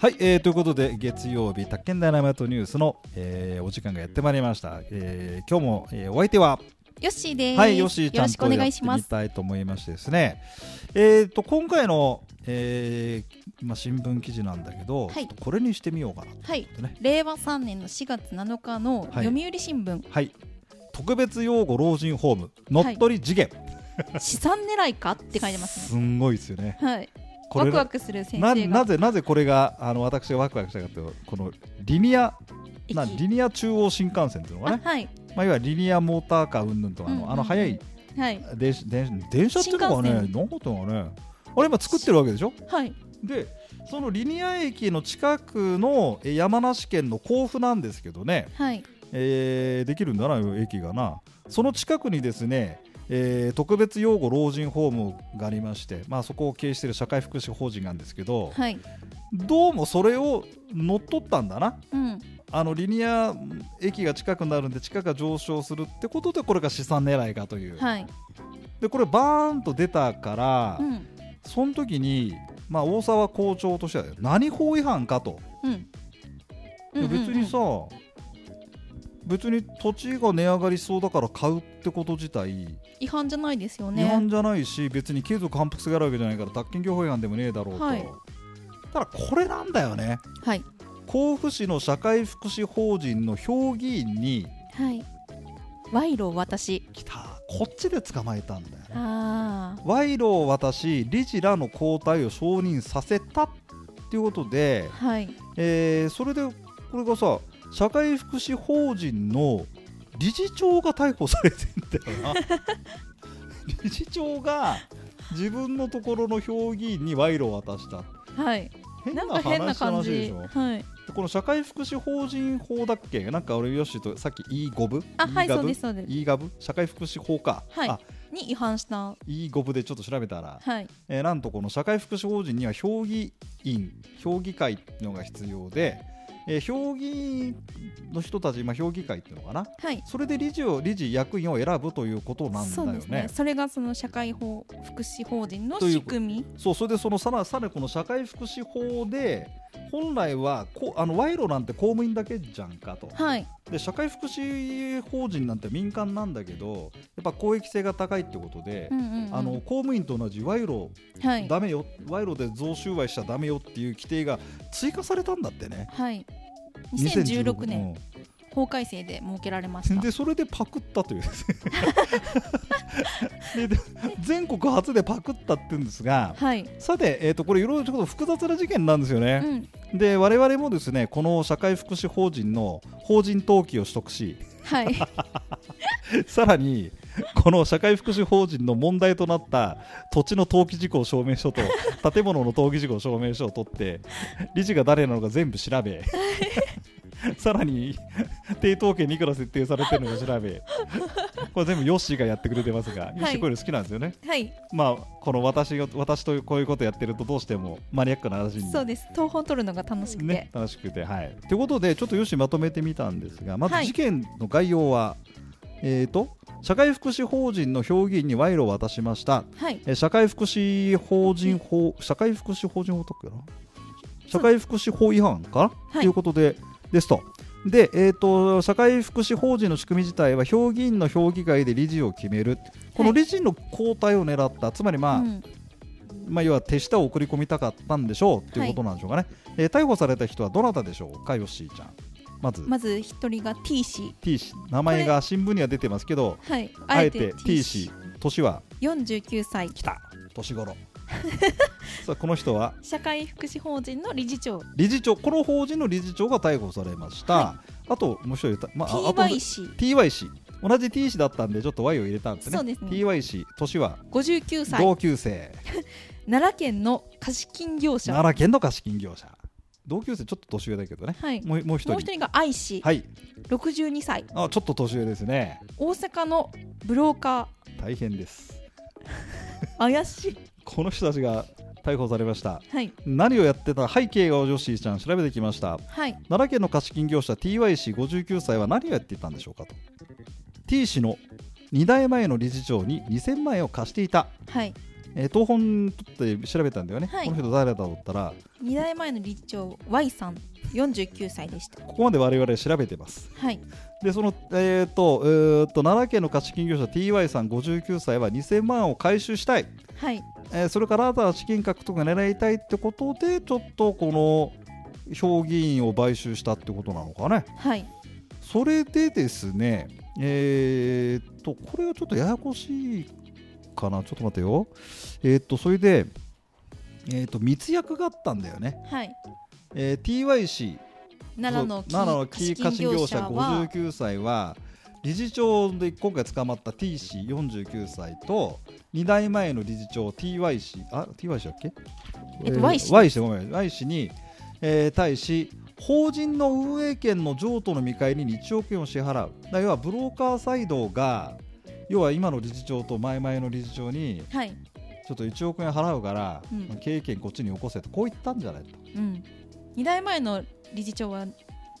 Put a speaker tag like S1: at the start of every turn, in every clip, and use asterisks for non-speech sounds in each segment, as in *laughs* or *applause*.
S1: はい、えー、ということで月曜日宅建ダイナマイトニュースの、えーお時間がやってまいりました、えー今日も、えーお相手は
S2: ヨッシーです。
S1: はい、よしち
S2: よ
S1: ゃ
S2: ろ
S1: ん
S2: しく
S1: と
S2: お
S1: や
S2: 願
S1: っ
S2: い
S1: て
S2: しま
S1: み
S2: す。
S1: たいと思いましてですね、えー、と今回の、えーまあ、新聞記事なんだけど、
S2: はい
S1: ちょっとこれにしてみようかな
S2: はい。
S1: とね。
S2: 令和3年の4月7日の
S1: はい
S2: 読売新
S1: *laughs*
S2: 聞、
S1: はい特別養護老人ホーム乗っ取り事件、
S2: 資産狙いかって書いてます
S1: すんごいですよね。
S2: ね。はい。
S1: こ
S2: ワ
S1: れ
S2: クワクする先
S1: な
S2: 生
S1: な
S2: が
S1: ぜなぜこれがあの私がワクワクしたかというとこのリニア
S2: 駅
S1: なリニア中央新幹線というのが
S2: あ
S1: ね、
S2: はい
S1: まあ、いわゆるリニアモーターカー云々とかあの,、
S2: うんうん
S1: あの速い
S2: はい
S1: 電車電車電車っていうのがね
S2: 新
S1: なん
S2: 幹
S1: かったのかねあれ今作ってるわけでしょ
S2: はい
S1: でそのリニア駅の近くのえ山梨県の甲府なんですけどね、
S2: はい
S1: えーできるんだな駅がなその近くにですね、えー特別養護老人ホームがありまして、まあ、そこを経営している社会福祉法人なんですけど、
S2: はい
S1: どうもそれを乗っ取ったんだな
S2: うん
S1: あのリニア駅が近くなるんで地価が上昇するってことでこれが資産狙いかという、
S2: はい
S1: でこれバーンと出たから、
S2: うん
S1: その時に、まあ、大沢校長としては何法違反かと、
S2: うんうんうん
S1: 別にさ別に土地が値上がりしそうだから買うってこと自体、
S2: 違反じゃないですよ
S1: 違
S2: ね
S1: 反じゃないし別に継続反復性があるわけじゃないから宅建業法違反でもねえだろうと、
S2: はい
S1: ただこれなんだよね
S2: はい
S1: 甲府市の社会福祉法人の評議員に
S2: はい賄賂を渡し
S1: 来たこっちで捕まえたんだよね
S2: ああ
S1: 賄賂を渡し理事らの交代を承認させたっていうことで、
S2: はい
S1: えーそれでこれがさ社会福祉法人の理事長が逮捕されてんだよな
S2: *laughs*
S1: 理事長が自分のところの評議員に賄賂を渡した
S2: はい
S1: 変
S2: なん
S1: な
S2: か
S1: 話
S2: 変な感
S1: 話で
S2: じ
S1: しょ
S2: はい
S1: でこの社会福祉法人法だっけなんか俺よしとさっき E ゴブ
S2: あはい
S1: E ガブ
S2: そうですそうです
S1: E ガブ社会福祉法か、
S2: はい
S1: あ
S2: に違反した
S1: E ゴブでちょっと調べたら、
S2: はい
S1: えーなんとこの社会福祉法人には評議員評議会っていうのが必要で、えー評議員の人たち今評議会っていうのかな
S2: はい
S1: それで理事を理事役員を選ぶということなんだ
S2: そ
S1: よ
S2: う
S1: ね
S2: ですねそれがその社会保福祉法人の
S1: という
S2: 仕組み
S1: そうそれでそのさらさらにこの社会福祉法で本来はこあの賄賂なんて公務員だけじゃんかと、
S2: はい
S1: で社会福祉法人なんて民間なんだけどやっぱ公益性が高いってことで、
S2: うんうんうん
S1: あの公務員と同じ賄賂
S2: はい
S1: ダメよ、賄賂で贈収賄しちゃダメよっていう規定が追加されたんだってね
S2: はい2016年、
S1: 2016
S2: 法改正で設けられまし
S1: うん
S2: た
S1: でそれでパクったという *laughs* ですねでで全国初でパクったって言うんですが
S2: はい、
S1: さて、えー、とこれいろいろちょっと複雑な事件なんですよね、
S2: うん、
S1: で我々もですねこの社会福祉法人の法人登記を取得し *laughs*
S2: はい、
S1: さらにこの社会福祉法人の問題となった土地の登記事項証明書と建物の登記事項証明書を取って理事が誰なのか全部調べさらに定当権にいくら設定されてるのか調べこれ全部ヨッシーがやってくれてますが、ヨッシーこういうの好きなんですよね
S2: はい、
S1: まあこの私が私とこういうことやってるとどうしてもマニアックな話に
S2: そうです。東本取るのが楽しくて、
S1: ね、楽しくて。はい、ということで、ちょっとよしまとめてみたんですが、まず
S2: はい
S1: 事件の概要は、えー、と社会福祉法人の評議員に賄賂を渡しました、
S2: はい、
S1: えー社会福祉法人法、社会福祉法人法だっけな、社会福祉法違反かな、
S2: はい
S1: ということでですと。でえー、と社会福祉法人の仕組み自体は評議員の評議会で理事を決める、この理事の交代を狙った、つまり、まあ
S2: うん、
S1: まあ、要は手下を送り込みたかったんでしょうということなんでしょうかね、えー逮捕された人はどなたでしょうかよっしーちゃんまず、
S2: まず一人が T 氏、
S1: T 氏名前が新聞には出てますけど
S2: はい、
S1: あえて T 氏、年は
S2: 四十九歳、
S1: 来た年頃 *laughs* さあこの人は
S2: 社会福祉法人の理事長、
S1: 理事長この法人の理事長が逮捕されました、
S2: は
S1: あともう一人いた、まあ、ああと
S2: T.Y. 氏、
S1: TY 氏同じ T 氏だったんでちょっと Y を入れたんですね
S2: そうですね
S1: TY 氏年は
S2: 五十九歳、
S1: 同級生
S2: 奈良県の貸金業者、
S1: 奈良県の貸金業者同級生ちょっと年上だけどね
S2: はい、
S1: もうもう一人
S2: もう一人が I 氏、
S1: はい
S2: 六十二歳、
S1: あちょっと年上ですね
S2: 大阪のブローカ
S1: 大変です
S2: ー、怪しい、
S1: この人たちが逮捕されました
S2: はい、
S1: 何をやってた背景を女子ちゃん調べてきました
S2: はい、
S1: 奈良県の貸金業者 TY 氏59歳は何をやっていたんでしょうかと T 氏の2代前の理事長に2000万円を貸していた
S2: はい、
S1: えー東本取って調べたんだよね、
S2: はい
S1: この人誰だと思ったら
S2: 二代前の理事長 Y さん49歳でした
S1: ここまで我々調べてます
S2: はい
S1: でその、えーとえーと奈良県の貸金業者 TY さん59歳は2000万を回収したい、
S2: はい
S1: えーそれから新たな資金獲得が狙いたいってことでちょっとこの評議員を買収したってことなのかね
S2: はい
S1: それでですねえーっとこれはちょっとややこしいかなちょっと待ってよえーっとそれでえーっと密約があったんだよね、
S2: はい
S1: えー TY 氏
S2: 奈良の
S1: そう奈良の木貸金業者
S2: は
S1: 59歳は理事長で今回捕まった T 氏49歳と2代前の理事長 TY 氏あ TY 氏だっけ、
S2: えっ
S1: ー
S2: と Y 氏
S1: Y 氏ごめん Y 氏に、えー対し法人の運営権の譲渡の見返りに1億円を支払うだ要はブローカーサイドが要は今の理事長と前々の理事長に
S2: はい
S1: ちょっと1億円払うから、
S2: うん
S1: 経営権こっちに起こせとこう言ったんじゃないと
S2: うん二代前の理事長は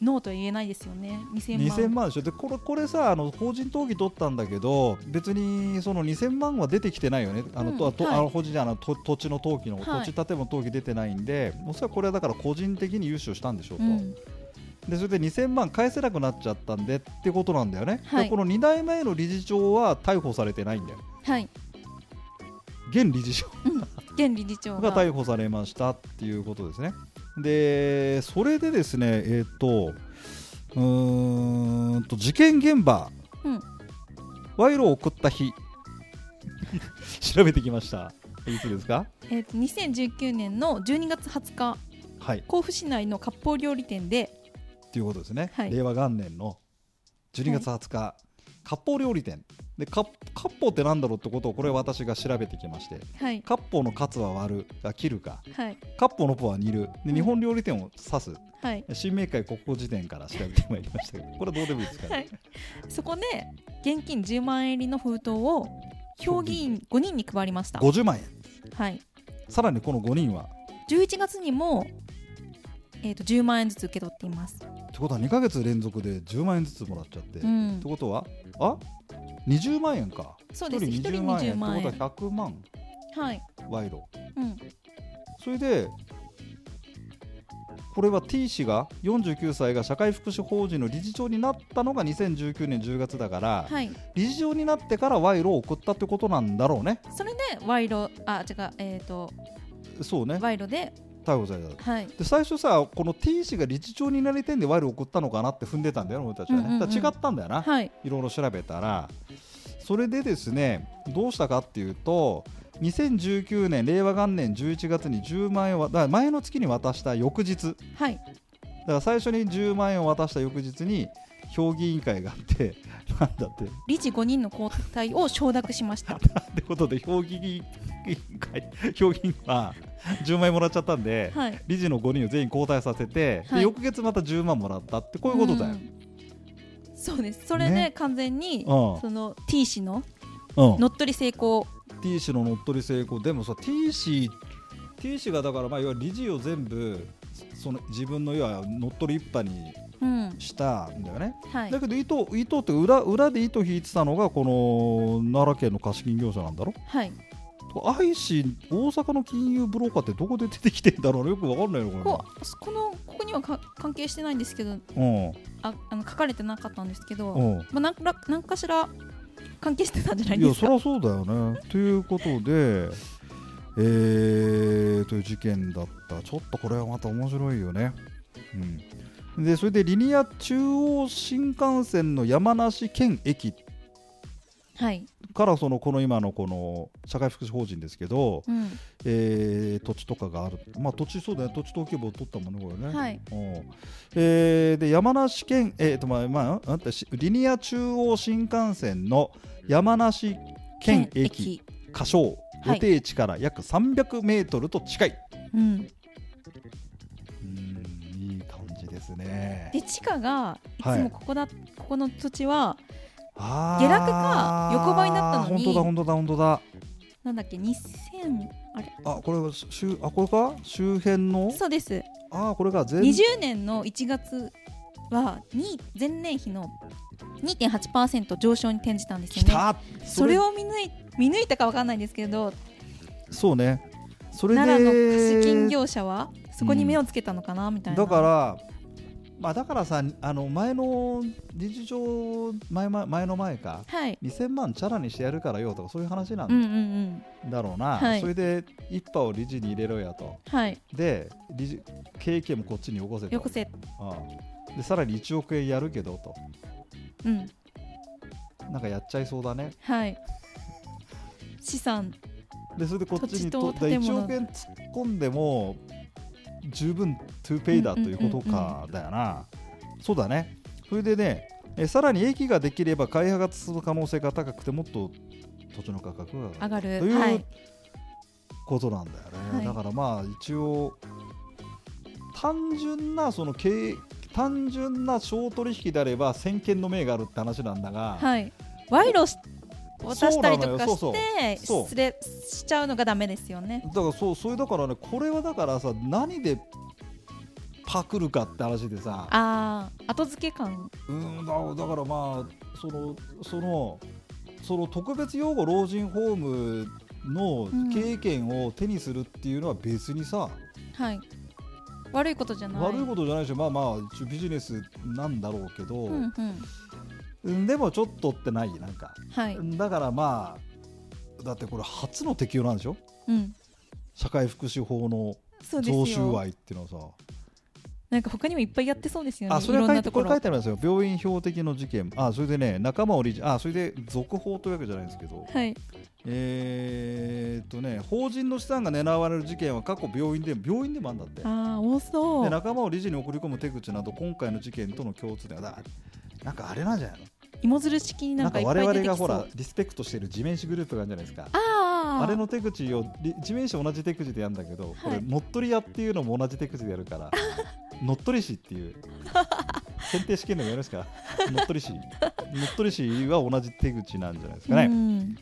S2: ノーとは言えないですよね2000万
S1: 2000万でしょでこれこれさあの法人登記取ったんだけど別にその2000万は出てきてないよねあの、
S2: うん
S1: とあと
S2: はい
S1: あの法人じゃないあのと土地の登記の、
S2: はい
S1: 土地建物登記出てないんでおそらくこれはだから個人的に融資をしたんでしょうと、
S2: うん
S1: でそれで2000万返せなくなっちゃったんでってことなんだよね、
S2: はい
S1: でこの2代前の理事長は逮捕されてないんだよ
S2: はい
S1: 現理事長
S2: 現理事長
S1: が
S2: が
S1: 逮捕されましたっていうことですね。で、それでですね、えっ、と、うーんと、事件現場、
S2: うん
S1: 賄賂を送った日、 *laughs* 調べてきました。いつですか
S2: えー、と2019年の12月20日
S1: はい、
S2: 甲府市内の割烹料理店で
S1: ということですね、
S2: はい
S1: 令和元年の12月20日、割烹料理店。で、割割烹ってなんだろうってことを、これ私が調べてきまして、
S2: はい
S1: 割烹のカツは割る、あ切るか、
S2: はい
S1: 割烹のポは煮る、で日本料理店を指す。
S2: はい
S1: 新明会国語辞典から調べてまいりましたけど、これはどうでもいいですから、
S2: はいそこで現金10万円入りの封筒を評議員5人に配りました、
S1: 50万円、
S2: はい、
S1: さらにこの5人は、
S2: 11月にも、えー、と10万円ずつ受け取っています、
S1: ってことは2か月連続で10万円ずつもらっちゃって、
S2: う
S1: っ
S2: ん
S1: て、ことは、あ20万円か、
S2: そう
S1: 1
S2: です
S1: 人
S2: 一
S1: 20
S2: 20
S1: 万
S2: 万
S1: 円
S2: 円
S1: ってことは100万
S2: はい、
S1: 賄賂、
S2: うん、
S1: それで、これは T 氏が49歳が社会福祉法人の理事長になったのが2019年10月だから、
S2: はい
S1: 理事長になってから賄賂を送ったってことなんだろうね、
S2: それで賄賂あ違うえっ、と
S1: そうね、
S2: 賄賂で
S1: 逮捕された。
S2: はい
S1: で最初さこの T 氏が理事長になりてんで賄賂送ったのかなって踏んでたんだよね俺たちはね、
S2: うんうんうん
S1: だから違ったんだよな、
S2: はい
S1: い、ろいろ調べたらそれでですねどうしたかっていうと2019年令和元年11月に10万円はだから前の月に渡した翌日だ
S2: はい
S1: から最初に10万円を渡した翌日に評議委員会があって *laughs* なんだって
S2: 理事5人の交代を承諾しました
S1: ってことで評議委員会評議員は10万円もらっちゃったんで、
S2: はい
S1: 理事の5人を全員交代させて、
S2: はい
S1: で翌月また10万もらったってこういうことだよ。
S2: んそうですそれ
S1: ね
S2: で完全に、
S1: う
S2: その T 氏
S1: ん
S2: の
S1: うん
S2: 乗っ取り成功
S1: T 氏の乗っ取り成功でもさ T 氏 T 氏がだからまあいわゆる理事を全部その自分の要は乗っ取り一派に
S2: うん
S1: したんだよね、
S2: はい
S1: だけど糸糸って裏裏で糸引いてたのがこの奈良県の貸金業者なんだろ
S2: はい
S1: 愛氏大阪の金融ブローカーってどこで出てきてんだろうねよくわかんないの
S2: こ
S1: こ
S2: このここにはか関係してないんですけど
S1: れうん
S2: ああの書かれてなかったんですけど、
S1: うん
S2: まあ、なんかなんかしら関係してたんじゃない
S1: い
S2: で
S1: や
S2: す
S1: そ
S2: か
S1: りゃそうだよね。ということで、えー、という事件だったちょっとこれはまた面白いよね。うん、でそれでリニア中央新幹線の山梨県駅
S2: はい、
S1: からそのこの今のこの社会福祉法人ですけど、
S2: うん、
S1: えー土地とかがあるまあ土地そうだね土地登記簿を取ったもんねこれね。
S2: はい
S1: うんえーで山梨県、えーとまあまあうん、あんたしリニア中央新幹線の山梨県駅歌唱
S2: は
S1: 予
S2: い
S1: 定地から約300メートルと近い、
S2: うん、
S1: うーんいい感じですね
S2: で地下がいつ
S1: はい
S2: もここだ、ここの土地は
S1: あー
S2: 下落か横ばいだったのに
S1: 本当だ本当だ本当だ
S2: なんだっけ2000あれ
S1: あこれはしゅあこれか周辺の
S2: そうです
S1: あーこれが全
S2: 20年の1月はに前年比の2.8%上昇に転じたんですよ
S1: 来
S2: ね
S1: た
S2: それを見抜い見抜いたかわかんないんですけど
S1: そうねそれで
S2: 奈良の貸金業者はそこに目をつけたのかな、みたいな
S1: だからまあだからさあの前の理事長前前前の前から
S2: はい
S1: 2000万チャラにしてやるからよとかそういう話な
S2: うんんうんうん
S1: だろうな、
S2: はい
S1: それで一派を理事に入れろやと
S2: はい
S1: で理事経営権もこっちによこせと
S2: よこせ
S1: うんでさらに1億円やるけどと
S2: うん
S1: なんかやっちゃいそうだね
S2: はい資産
S1: でそれでこっちに
S2: 土
S1: と
S2: 地と建物
S1: 1億円突っ込んでも十分トゥーペイだということかだよな、そうだねそれでねえさらに益ができれば開発する可能性が高くてもっと土地の価格が上が
S2: 上
S1: る
S2: がる
S1: という
S2: はい
S1: ことなんだよね、
S2: はい
S1: だからまあ一応単純なその経営単純な商取引であれば先見の明があるって話なんだが、
S2: はい賄賂し渡したりとか
S1: そうなのよそうそう
S2: して失礼しちゃうのがダメですよね
S1: だからそうそれだからねこれはだからさ何でパクるかって話でさ
S2: ああ後付け感
S1: うんだだからまあそのそのその特別養護老人ホームの
S2: うん
S1: 経験を手にするっていうのは別にさ、
S2: はい悪いことじゃない
S1: 悪いことじゃないしまあまあ一応ビジネスなんだろうけど、
S2: うんうん
S1: うんでもちょっとってないなんか
S2: はい
S1: だからまあだってこれ初の適用なんでしょ
S2: うん
S1: 社会福祉法の
S2: そうですよ
S1: 贈収賄っていうのはさ
S2: なんか他にもいっぱいやってそうですよね
S1: あそれ
S2: い
S1: は
S2: ろ
S1: 書
S2: ん
S1: い
S2: な
S1: て
S2: と
S1: これ
S2: ころ
S1: 書いてありますよ病院標的の事件あそれでね仲間を理事あそれで続報というわけじゃないんですけど
S2: はい
S1: えー、っとね法人の資産が狙われる事件は過去病院で病院でもあんだって
S2: ああ多そ
S1: で
S2: う
S1: 仲間を理事に送り込む手口など今回の事件との共通点はだなんかあれなんじゃないの
S2: 芋づる式に
S1: な
S2: なん
S1: か
S2: んかいっぱい
S1: 我々
S2: 出てき
S1: が
S2: そ
S1: ほ
S2: う
S1: らリスペクトしてる地面師グループがあるんじゃないですか
S2: あー
S1: あれの手口をり地面師同じ手口でやるんだけど、こ
S2: は
S1: れ
S2: い
S1: 乗っ取り屋っていうのも同じ手口でやるから乗っ取り師って
S2: *laughs*
S1: いう選定試験でもやりますか乗っ取り師乗っ取り師は同じ手口なんじゃないですかね、
S2: うん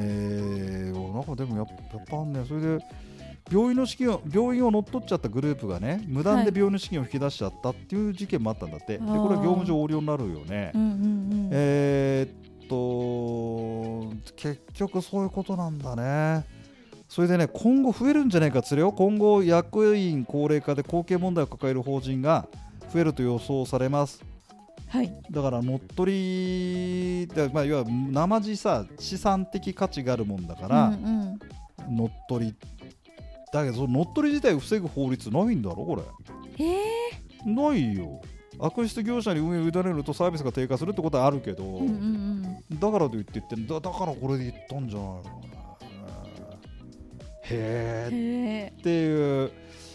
S1: えー、なんかでもやっぱやっぱあんねそれで病院の資金を病院を乗っ取っちゃったグループがね無断で
S2: はい
S1: 病院の資金を引き出しちゃったっていう事件もあったんだって、で
S2: あー
S1: これは業務上横領になるよね、
S2: うんうんうん
S1: えーっと結局そういうことなんだねそれでね今後増えるんじゃないかっつるよ今後役員高齢化で後継問題を抱える法人が増えると予想されます
S2: はい
S1: だから乗っ取りだまあいわゆる生地さ資産的価値があるもんだか
S2: う
S1: ら、
S2: んうん
S1: 乗っ取りだけどその乗っ取り自体を防ぐ法律ないんだろこれ
S2: え
S1: ないよ悪質業者に運営を委ねるとサービスが低下するってことはあるけど、
S2: ーうんうんうん
S1: だからと言って言ってんだだからこれで言ったんじゃないのかなへえ
S2: へえ
S1: っていう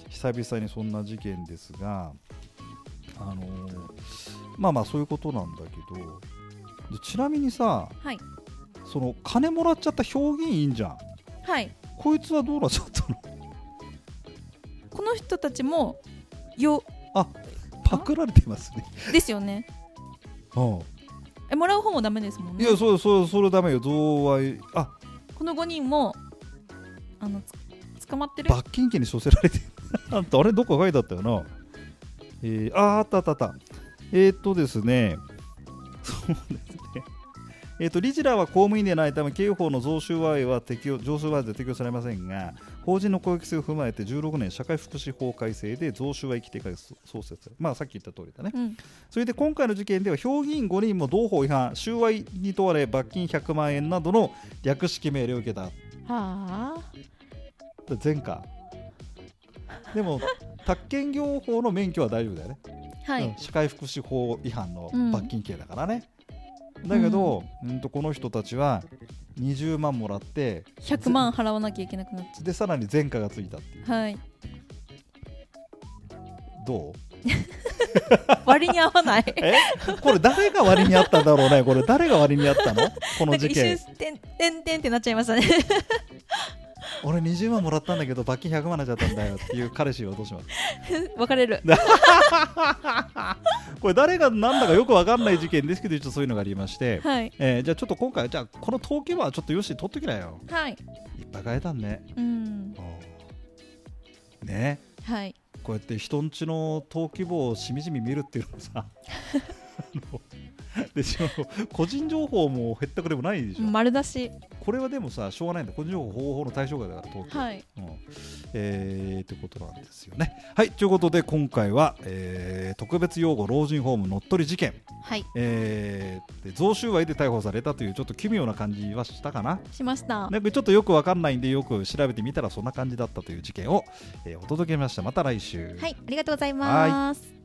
S1: 久々にそんな事件ですがあのーまあまあそういうことなんだけどでちなみにさ
S2: はい
S1: その金もらっちゃった評議員いんじゃん
S2: はい
S1: こいつはどうなっちゃったの
S2: この人たちもよ
S1: パクられてますね
S2: ですよね *laughs*
S1: う
S2: えもらう方もダメですもん
S1: んい
S2: ね
S1: やそうそうそれダメよ贈賄あ
S2: この5人もあのつ捕まってる
S1: 罰金刑に処せられてあんたあれどこか書いてあったよな、えー、あーあったあったあったえー、っとですね *laughs* そうですねえー、と理事らは公務員でないため刑法の贈収賄は適用贈収賄で適用されませんが法人の公益性を踏まえて16年社会福祉法改正で贈収賄規定が創設まあさっき言った通りだね
S2: うん
S1: それで今回の事件では評議員5人も同法違反収賄に問われ罰金100万円などの略式命令を受けた
S2: はあ
S1: 前科でも宅建業法の免許は大丈夫だよね、
S2: は
S1: うん
S2: い
S1: 社会福祉法違反の
S2: うん
S1: 罰金刑だからね、だけど、うん、とこの人たちは20万もらって
S2: 100万払わなきゃいけなくなっち
S1: でさらに前科がついたっていう
S2: ゃうはい
S1: どう
S2: 割に合わない
S1: えこれ誰が割にあったんだろうねこれ誰が割にあったのこ
S2: な
S1: の
S2: んか
S1: 事
S2: *laughs* 一
S1: 件
S2: 瞬てんてんてんってなっちゃいましたね *laughs*
S1: 俺20万もらったんだけど罰金100万になっちゃったんだよっていう彼氏はどうします
S2: 別れる
S1: これ誰が何だかよく分かんない事件ですけど一応そういうのがありまして、
S2: はい
S1: えーじゃあちょっと今回じゃあこの統計はちょっとよし取っときなよ
S2: はい
S1: いっぱい変えたんね
S2: うん
S1: ね
S2: はい
S1: こうやって人んちの登記簿をしみじみ見るっていうのもさあのでしかも個人情報も減ったくれもないでしょ、
S2: 丸出し
S1: これはでもさしょうがないんだ個人情報保護法の対象外だから東京、
S2: はい
S1: うんえー、ってことなんですよね。はいということで今回は、えー特別養護老人ホーム乗っ取り事件、
S2: はい
S1: えーで贈収賄で逮捕されたというちょっと奇妙な感じはしたかな。
S2: しました
S1: なんかちょっとよくわかんないんでよく調べてみたらそんな感じだったという事件を、えーお届けしましたまた来週。
S2: はいありがとうございます